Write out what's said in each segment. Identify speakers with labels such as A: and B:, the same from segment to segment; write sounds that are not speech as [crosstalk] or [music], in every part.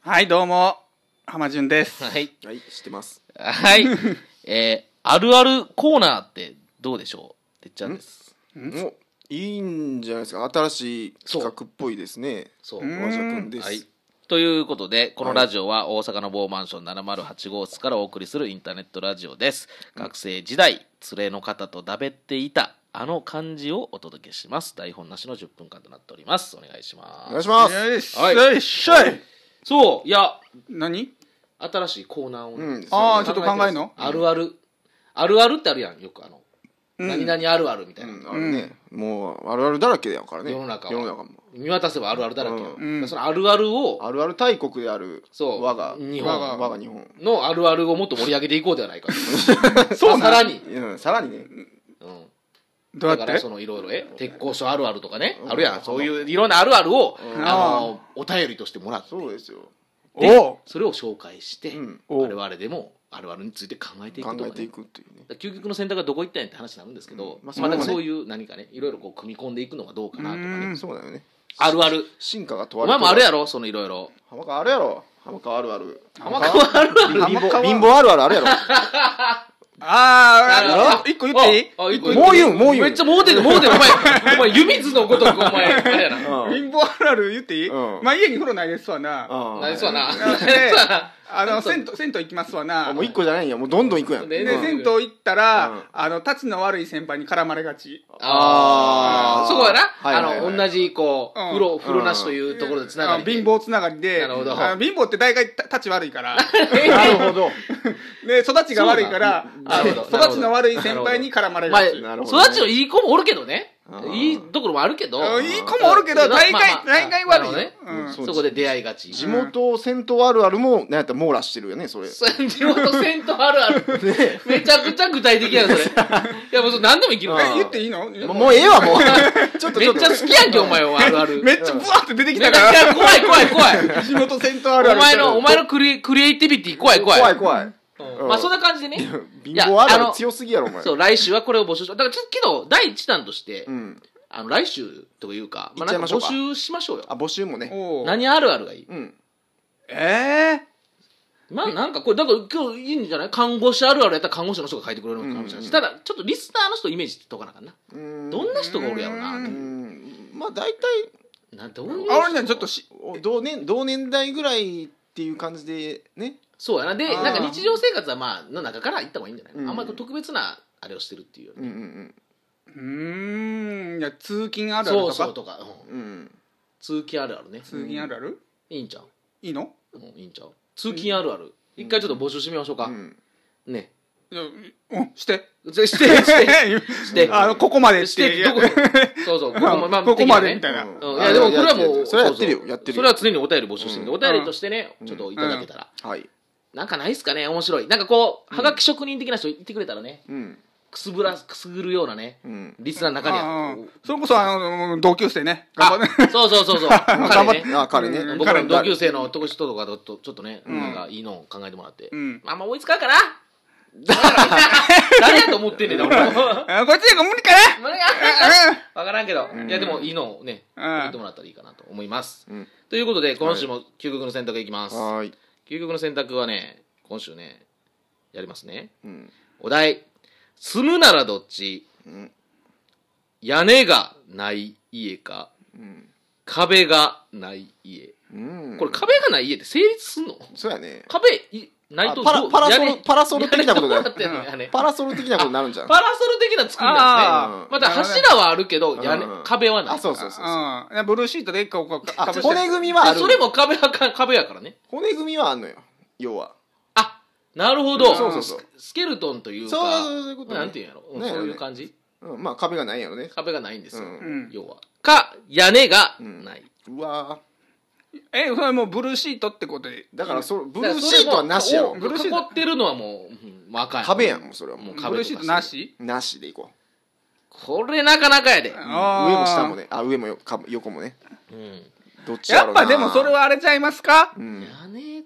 A: はい、どうも、浜潤です。
B: はい。
C: はい、知ってます。
B: はい。えー、あるあるコーナーってどうでしょうてっちゃんです。
C: お、いいんじゃないですか。新しい企画っぽいですね。
B: そう。
A: ん
C: 和田君です。
B: はい。ということで、このラジオは大阪の某マンション708号室からお送りするインターネットラジオです。学生時代、連れの方とだべっていた、あの漢字をお届けします。台本なしの10分間となっております。お願いします。
C: お願いします。
A: よいしょ、
B: はい
A: よいしょい。
B: そう、いや、
A: 何
B: 新しいコーナーをね、
C: うん。
A: あー
B: てます
A: ちょっと考えんの
B: あるある。あるあるってあるやん、よくあの。
A: うん
B: 何々あるあるみたいな。
C: うん、あれね、もうあるあるだらけだからね。
B: 世の中は
C: 世の中も。
B: 見渡せばあるあるだらけやん、
C: うん
B: そのあるあるを
C: あるある大国である。
B: そう
C: 我が
B: 日
A: 本
C: 我が我が日本。
B: のあるあるをもっと盛り上げていこうではないかそうさらに、
C: うん、さらにね。
B: うん、
A: どうや
B: だ
A: っ
B: から
A: て
B: そのいろいろえ鉄鋼所あるあるとかね、
C: うん
B: あるやんそういういろんなあるあるを、
C: うん
B: あのお便りとしてもらって
C: そうですよ。
A: おう
B: それを紹介して、
C: うん
A: お
B: 我々でもあるあるについて考えていく
C: 考
B: とか、ね、
C: えていくっていうね。
B: だから究極の選択はどこ行ったんやって話になるんですけど、
C: うん
B: まあ
C: まあそれもね
B: そういう何かねいろいろこう組み込んでいくのがどうかなとかね、
A: うん
C: そうだよね。
B: あるある
C: 進化が問わ
B: お
C: れ
B: 前
C: て
B: もあるやろそのいろいろ
C: 浜川あるやろ。浜川あるある。
B: 浜川あるある
C: 浜川貧乏あるあるあるやろ。
B: あるあ
A: あ
B: る
A: ー、一個言っていい
B: あ一個
C: もう言うもう言う
B: めっちゃもうてるもうてるお前お前湯水のごとくお前あれやな
C: うん。
A: 貧乏あるある言っていい、
C: うん
A: まあ家に風呂ないですわな。
C: あ
B: なりそうやな
A: なので、あの、銭湯、銭湯行きますわな。
C: もう一個じゃないんや。もうどんどんいくやん。
B: ね
A: で、
B: ね
C: うん
A: 銭湯行ったら、
C: うん
A: あの、立ちの悪い先輩に絡まれがち。
B: [laughs] あ
C: あ
B: あ
C: ー
B: そこはな
C: はいはいはい
B: あの同じこう
A: うん
B: 風呂風呂なしというところでつなが
A: あ
B: り
A: の
B: で
A: 貧
B: [laughs]
A: 乏つながりで、
B: なるほど
A: あの貧乏って大概た立ち悪い
B: [laughs]
A: から。
C: なるほど。
A: で、育ちが悪いから、
B: な
A: あ
B: る
A: の
B: ほどなるほ
A: 育
B: ど
A: ちの悪い先輩に絡まれ
B: [laughs] まあ
A: がち。
C: なるほどね
B: 育ちのいい子もおるけどね
C: あー
B: いいところもあるけど
A: うんいい子もおるけど、大
B: まあまあ
A: 概、大概悪いよ。
B: なるほどね
A: うん
C: そう
B: そこで出会いがち
C: 地元銭湯あるあるもなんやったら網羅してるよねそれ
B: 地元銭湯あるあるめちゃくちゃ具体的やなそれいやもうそれ何でもいける
C: うん
A: え言っていいの
C: もうもうええ
B: [laughs]
C: わもうちょっと
B: め
C: ちょ
B: っ
C: っ
B: ち
C: と
B: ゃ好きやんけお前はあるあ
A: [laughs]
B: る
A: めっちゃブワーって出てき
B: いや
A: た
B: い
A: から、
B: や怖い怖い怖い
A: 地元銭湯あるある。
B: お前の、お前のクリクリエイティビティ怖い怖い。
C: 怖い怖い、
B: うんまあそんな感じでね。
C: 貧乏ある
B: いや
C: あ
B: の
C: る強すぎやろお前
B: そう、来週はこれを募集しだからちょっと、けど、第一弾として、
C: うん
B: あの、来週というか、まあ
C: 行っちゃ
B: ないんか
C: ましょ
B: 募
C: う
B: 集
C: か
B: しましょうよ
C: あ。募集もね
A: おう
B: 何あるあるがいい
C: うん
A: え
B: まあなんかこれ、だから今日いいんじゃない看護師あるあるやったら看護師の人が書いてくれるのかもしれないし、
C: うん
B: ただ、ちょっとリスナーの人をイメージしておかなあかんな。
C: うーん
B: どんな人がおるやろ
A: う
B: な。
A: ん
C: うんまあ大体
B: なんどういう
A: ー、
B: 人
A: あ俺ね、ちょっとし、
C: お同年同年代ぐらいっていう感じでね
B: そうやな。で、
A: あー
B: なんか日常生活はまあ、の中から行った方がいいんじゃない、
C: うん
B: あんまり特別な、あれをしてるっていうより
C: うんうん
A: うーん、いや、通勤あるある
B: そ
A: と
B: う
A: か、
B: そうとか、うん
C: うんうん
B: 通勤あるあるね。
A: 通勤あるある
B: いいんちゃう
A: いいの
B: うん、いいんちゃう通勤あるある、一回ちょっと募集してみましょうか、
C: うん
B: ね
A: いやうん、して。
B: ぜしてし
A: [laughs]
B: てて
A: あの、ここまでっ
B: して
A: て。 [laughs]
B: どこ [laughs] そうそうここま,、まあ、
A: ここまで
B: 的
A: み
B: な
A: た
B: ね
A: いな。
C: うん
B: うん、い
C: あ
B: やでもこれは
C: やって
B: もう
C: るそれはやって
B: そ
C: るよ
B: う
C: やってる
B: そ
C: よ
B: れは常にお便り募集してるんで、
C: うん
B: お便りとしてね、
C: うん
B: ちょっといただけたら、
C: はい
B: なんかないっすかね面白いなんかこうはがき職人的な人言ってくれたらね
C: うん
B: くすぶらくすぐるようなね
C: うん
B: リスナーの中に
A: あ
B: は
A: あそれこそ、あの、同級生ね。頑張っ
B: あそうそうそう
C: [laughs]
B: そう
C: 頑張
B: 彼
C: っ
B: ね
C: てあ彼ね
A: うん
B: 僕らの同級
C: 生
B: 生の男の人とかとちょっとね、なんかいいのを考えてもらって、
A: うん
B: まあまあ追いつかんか
C: [laughs]
B: な誰やと思ってんねん
A: [laughs]
B: な俺 [laughs] も
A: [laughs] て。あこっちで無理かな
B: わからんけど、いやでもいいのをね、
A: うん
B: 送ってもらったらいいかなと思います。
C: うん
B: ということで、今週も究極の選択いきます。
C: はーい
B: 究極の選択はね、今週ね、やりますね。
C: うん
B: お題、住むならどっち、
C: ん
B: 屋根がない家か、
C: うん
B: 壁がない家。
C: うん
B: これ壁がない家って成立すんの
C: そうやね
B: 壁いないと
C: あパラ
B: どう
C: パラソル
B: 屋根
C: パラソル的なことだ
B: 屋
C: よ
B: 根どうってんの屋根
C: パラソル的なことになるんじゃん
B: パラソル的な作りなんですね
C: あー。
B: また柱はあるけど、屋根
C: うん
B: 壁はない。
C: あそうそうそうそう
A: うんいや。ブルーシートで一個こうか
C: あ
A: かぶして。
C: 骨組みはある
B: それも壁はか壁やからね
C: 骨組みはあんのよ要は
B: あなるほど
C: そうそうそう
B: ススケルトンというか
C: そうそうそういうことね
B: なんていうんやろ、うん
C: ね
B: そういう感じ
C: うんまあ壁がないんやろね
B: 壁がないんですよ、
C: う
A: う
C: ん
A: ん
B: 要はか屋根がない、
C: うわ
A: え、それもうブルーシートってことで。
C: ーだからそブ
B: ブ
C: ルーシートはなしやろ
B: 囲
A: ブルーシート
B: ってるのはもう、うん、もうあかん
C: 壁やんもうそれは
B: も
C: も
B: う
C: う
B: 壁とか
A: ブルーシートなし
C: なしでいこ
B: これなかなかやで、
C: う
A: あー
C: 上も下もねあ上もよか横もね
B: うん、
C: どっちや
A: や
C: ろ
A: っ
C: うな
A: ぱでもそれはあれちゃいますか
C: うん [laughs]
B: 屋根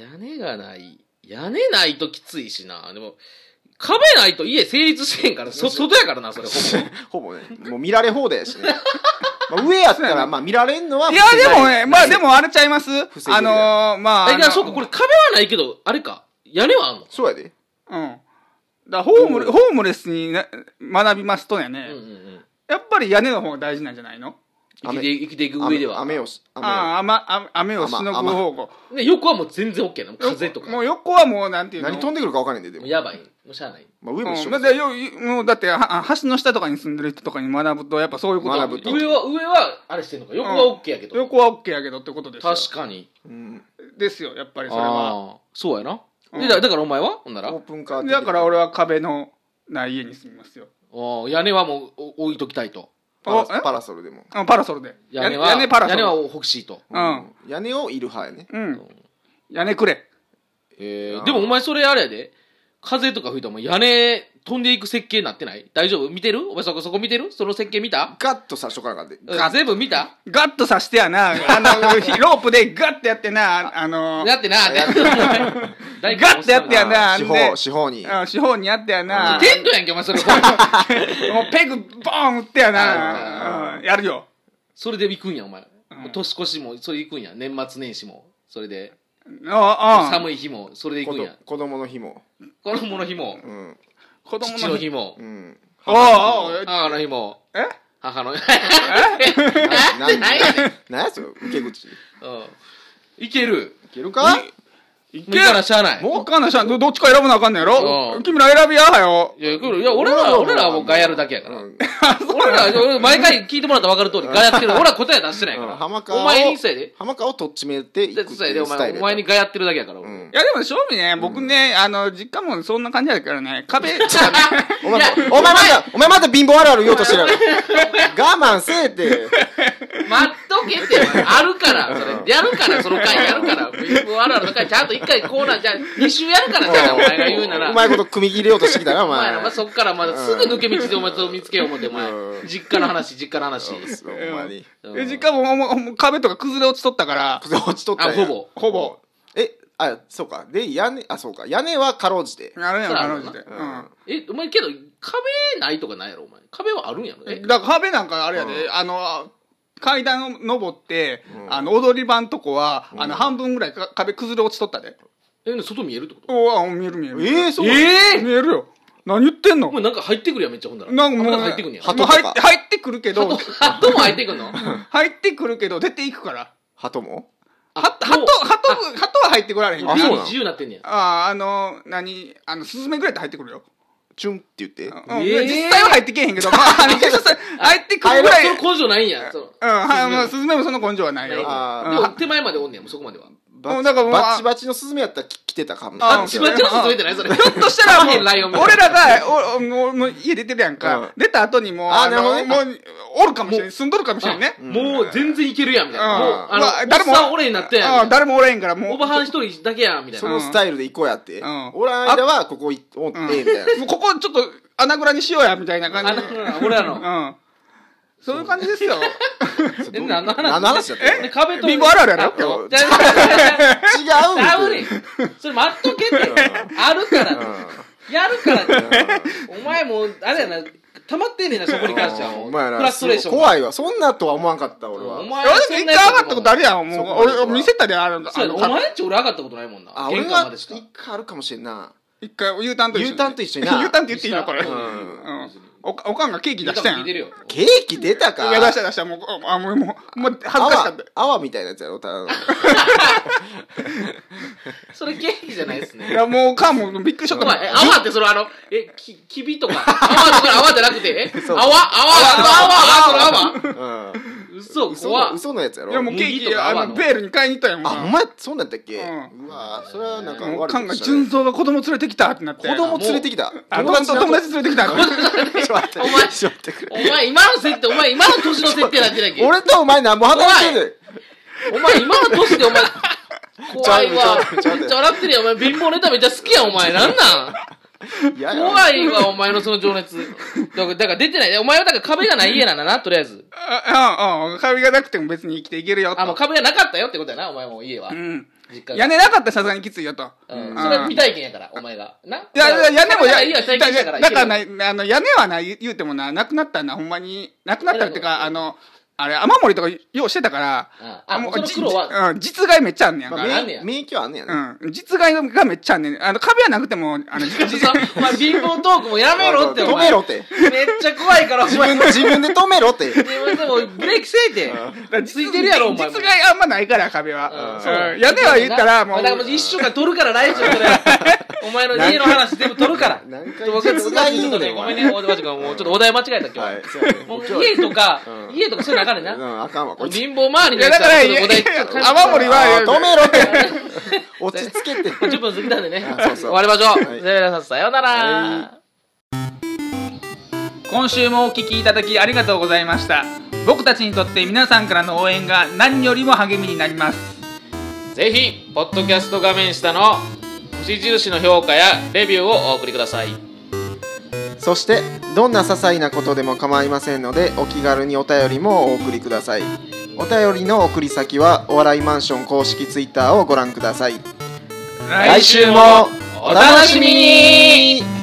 B: 屋根がない屋根ないときついしなでも壁ないと家成立しへんから、そ、外やからな、それ、ほぼ。
C: ほぼね、もう見られ放題やし
A: [laughs]
C: ね。まあ、上やったら、まあ見られんのは。
A: いや、でもね、まあで。もあれちゃいます
C: 防いで
A: あ
C: る
A: のー、まあ。
B: え、
A: あ
B: じゃ
A: の
B: あ、そうか、これ壁はないけど、あれか、屋根はあんの
C: そうやで。
A: うん。だからホームレ、ホームレスにな学びますとやね、
B: うんうんうん。
A: やっぱり屋根の方が大事なんじゃないの
B: 生きて、生きていく上では。
C: 雨雨をし、雨を
A: ああ、雨、雨雨をしのぐ
C: 雨雨
A: 方向。
B: ね、横はもう全然 OK なの。風とか。
A: も
B: も
A: う横はもうなんていうの
C: 何飛んでくるか分からんねんで、
B: う
C: でも。
B: やばい。もうしゃあない。
C: まあ、上も一
A: う
C: 緒
A: ん、だってよもうだっては橋の下とかに住んでる人とかに学ぶとやっぱそういうこと
C: 学ぶと
B: 上は、上は、あれしてんのか。横は OK やけど。
A: 横は OK やけどってことですよ
B: 確かに。
C: うん
A: ですよやっぱりそれは
B: ああ、そうやな。
A: うん
B: でだだからお前はほんなら
C: オープンカー的
A: だから俺は壁のない家に住みますよ
B: お屋根はもうお置いときたいと。
C: パラ
A: おえ
C: パラソルでも。
A: あパラソルで
B: 屋根は、
A: 屋根パラソ
B: 屋
A: ル
B: 根は欲しいと。
A: うん
C: 屋根をいる派やね。
A: うん屋根くれ
B: え
C: あ
B: ー、
C: ー
B: でもお前それあれやで。風とか吹いたらもう屋根飛んでいく設計になってない大丈夫見てるお前そこそこ見てるその設計見た
C: ガッとさしとかなあかんで。
A: ガッ
B: 全部見た
A: ガッと刺してやなあの [laughs] ロープでガッてやってなああの
B: やってな、だって。 [laughs]
A: ガッてやってやな
C: あー四
A: で
C: 方、四方に。
A: うん四方にやってやな
B: テントやんけ、お前それ。
A: もうペグボーン打ってやなうんやるよ
B: それで行くんや、お前。もう年越しも、それ行くんや。年末年始も。それで。
A: ああ
B: 寒い日も、それで行
C: 子
B: くん
C: 供
B: や。
C: 子供の日も。
B: 子供の日も、
C: うん。
A: 子供
B: 父の日も [laughs]
C: う、ん。
A: おああ
B: 母の日も、
A: え
B: 母の
C: な
B: [laughs] え何やねん
C: なんやそれ、受け口。い
B: うん。いける。
C: けるか
A: い
B: だからしゃあない。
A: もうかんないしゃんどどっちか選ぶなあかんのやろ
B: うん
A: 君ら選びやはよ。
B: いや、来るいや俺らは、俺らはもうガヤるだけやから。
C: うん
B: 俺ら、俺毎回聞いてもらったら分かる通り、ガヤってる。俺は答え出してないから。
C: 浜川を
B: お前に一切で。
C: 浜川をとっちめていくって
B: 一切
C: い
B: で、
C: う
B: お
C: スタ
B: 前、
C: イル
B: お
C: や
B: 前にガヤってるだけやから、俺。
C: うん
A: いやでも正味ね、僕ね、あの、実家もそんな感じやからね、壁、
C: お前お前まだお前まだ貧乏あるある言おうとしてるやろ我慢せえって
B: 待っとけって、あるから、それ。やるから、その回やるから。あるあるの回、ちゃんと一回コーナー、じゃあ、二週やるから、じ [laughs] ゃあ、お前が言うなら。
C: うまいこと組み切れようとしてきたな
B: お
C: お
B: 前
C: 前
B: らまあそっからまだすぐ抜け道でお前を見つけよう思ってお前
C: うん
B: 実家の話実家の話
C: ほんまに
B: うん
A: え実家ももうもう壁とか崩れ落ちとったから、
C: 崩れ落ちとったん
B: あ
C: や
B: ほぼ
A: ほぼ、
C: えあそうかで屋根あそうか屋根はかろうじて
A: やるんやろ、
B: そう
A: あ
B: なの
A: の時点。
C: うん
B: えお前けど壁ないとかないやろお前壁はあるんやろ
A: う
B: え
A: ん。だから壁なんかあれやで、
C: う
A: あの、階段を登って、
C: うん
A: あの、踊り場んとこは、あの、半分ぐらいか壁崩れ落ちとったで。
B: え外見えるってこと
A: おわ、見える見える。
C: えーそうなの
A: えー見えるよ。何言ってんの
B: お前なんか入ってくるやんめっちゃほんだら
A: なんかもう、
B: あ入ってくんねや
C: は
A: 入
C: 鳩とか
A: って入ってくるけど、
B: 鳩も入ってくんの
A: 入ってくるけど出ていくから。
C: 鳩も
A: はと、はと、はとは入ってこられへん
C: あ
A: あ
B: ビ
C: そうなの
B: 自由になってんねや
A: あー、あの、何、あの、スズメぐらいって入ってくるよ。
C: チュンって言って
A: うん
B: えー
A: 実際は入ってけえへんけど、まあ、あの、実際入ってくるぐらい。うん、
B: その根性ないんやその
A: はい、まあ、
B: で
A: スズメもその根性はないよ。
C: あー
A: うん
B: も手前までおんねやもうそこまでは
C: バ
A: うん
C: チ
A: だからもう
C: バチバチのスズメやったらき来てたかも
A: あ
B: あっちまっちゃ進めてないそれひ
A: ひょっとしたらも
B: ライオンみ
A: う、[laughs]
B: たい
A: 俺
B: な
A: らが、お、もう、もう家出てるやん
C: うん
A: か。出た後にもう、
C: あー
A: の
C: なる
A: も
C: ほ
A: う、おるかもしれん。住んどるかもしれんね。
B: もう全然いけるやんみたいな
A: うん
B: もうあ
A: まあ
B: の
A: 誰も
B: おっさん俺になってやんみ
A: あ
B: た
A: ー
B: いな
A: 誰もおらへんから、もう。
B: おばはん一人だけやんみたい
C: そ
B: な
C: のスタイルで行こうやって、
A: うん
C: 俺らの間はここいおって
A: うん
C: みたいな、
A: [laughs] もうここちょっと穴蔵にしようや、みたいな感
B: あ
A: じ
B: の
A: で。
B: 俺らの
A: うん。そういう感じですよ。
C: そ
B: え、
C: れどう
B: 何の話
C: 何の話だった
B: え
C: よ
B: 壁と。
A: 貧乏あるあるやろ
B: じゃ
C: 今
B: あじゃ
A: [laughs]
B: あ
C: 違うん
B: じゃあダブ [laughs]
C: う
B: ルそれ待っとけって。あるから。やるからって。お前もう、あれやな、溜まってんねんな、そこに関してはもう。
C: お
B: フ
C: 前ら
B: ラストレーションが。
C: 怖いわそんなとは思わんかった俺は、
B: お
A: い
B: 前
A: やでも一回上がったことあ
B: る
A: るやん、も
C: そうこ。まで
A: 俺、見せたで、あの、あ
B: そうや
A: の
B: なお前んち俺上がったことないもんな。
C: あ俺
B: 玄関ま
C: は
B: でし
C: 一
B: か。
C: 回あるかもしれんな
A: 一回、U ターンと一緒に。
C: U ターンと一緒にな
A: U ターンって言っていいのこれ。う
B: うん
A: ん。おかおかんがケーキ出したやん。
B: 見て
A: い
B: るよ。
C: ケーキ出たか
A: や、出した出した。もう、あ、もう、もう、もう恥ずかしかった。
C: 泡泡みたいなやつやろただの
B: それケーキじゃないです
A: い
B: ね。
A: や、もうおかんもびっくりしちゃっ
B: お
A: たもん。
B: 前、え泡ってそのあの、え、き、きびとか。泡とか泡じゃなくて、え
C: そう
B: 泡泡泡泡泡それ
C: うん
B: 泡嘘、
C: 嘘
B: 怖
C: の
B: っ
C: 嘘のやつやろ
A: いや、もうケー
B: 麦と
A: キ、
B: か
A: あ
B: 泡
A: の、
B: の
A: ベールに買いに行ったやん。
C: あお
A: も
C: 前そうなんだったっけ、
A: う
C: うんわそれはなんか
A: うお
C: 悪
A: か
C: い
A: ん
C: こ
A: が、
C: としたね
A: 純蔵が子供連れてきたってなって。
C: 子供連れてきた
A: あ、友達と友達連れてきた。
C: 達ちょっと待って
B: お前
C: ちょっと待ってくれ
B: お前今の設定、お前今の年の設定なんてないっけ
C: 俺とお前何も働いてる
B: お前今の年でお前、怖いわ。
C: ちゃうねちゃうね
B: めっちゃ笑ってるやん。お前貧乏ネタめっちゃ好きやん、お前。なんなん
C: 嫌や
B: 怖いわ、お前のその情熱。だから、だから出てない。お前はだから壁がない家なんだな、とりあえず。
A: あ、うん、うん。壁がなくても別に生きていけるよと。
B: あ、もう壁がなかったよってことやな、お前も家は
A: う。ん。
B: 実家が
A: 屋根なかったらさすがにきついよと。
B: う
A: うんん
B: それは未体験やから、お前が。な。
A: いや、いや屋根も、
B: や、
A: や、
B: いいよ、体験したから。
A: だから
B: い
A: な
B: けるよ。
A: あの、屋根はな、言言うてもな、なくなったな、ほんまに。なくなったっていう
B: いやで
A: か、
B: も
A: あの、あれ、雨漏りとかようしてたから、
B: ああもうその苦労は
A: じうん、実害めっちゃあんねやん
C: ま
A: か
C: あ
B: まあ
A: ら。
B: んねや
C: 免免疫はあんねやね。
A: うん、実害がめっちゃあんねん。あの、壁はなくても、
B: [laughs]
A: あの、じ
B: ちょっとさお前貧乏トークもやめろって、お
C: 止
B: 前
C: めろって。
B: めっちゃ怖いから、お
C: 自
B: 前。
C: 分
B: で
C: で、自分で止めろって。
B: もうブレーキせえて。ついてるやろ、お前も。
A: 実害あんまないから、壁は。
B: うん
A: うん
B: そうだよ
A: 屋根は言ったら、も
B: だからもう
A: う、
B: 一週間取るから来週そ
C: [laughs]
B: れお前の家の話全部取るから
C: 何
B: ち
C: 回
B: ょ僕は
C: 実害言う
B: ちょっと
C: ね
B: ね
C: ん
B: ごめんね大島君もうちょっとお題間違えた今
C: は
B: 日
C: い。そうやね
B: もう
C: 今日
B: 家とか
C: うん
B: 家とかそういうのあかんねん
C: う、
B: なん
C: あかんわ、こいつ。
B: 貧乏周り
A: い
B: の
A: や、
B: やつ
A: だから、
B: はちょっとお題ちょっと
A: 雨
B: 変えて
A: 漏
B: [laughs]
A: り
C: あ
A: は
C: ー、止めろって。落ち着けて。
B: 10分過ぎたんでね
C: [laughs] あそうそ
B: 終
C: う
B: わりましょう
C: はい
B: それでは皆さんさようなら
C: は
A: 今週もお聞きいただきありがとうございました僕たちにとって皆さんからの応援が何よりも励みになります
B: ぜひポッドキャスト画面下の星印の評価やレビューをお送りください
C: そして、どんな些細なことでも構いませんので、お気軽にお便りもお送りください。お便りの送り先は、お笑いマンション公式ツイッターをご覧ください。
B: 来週もお楽しみに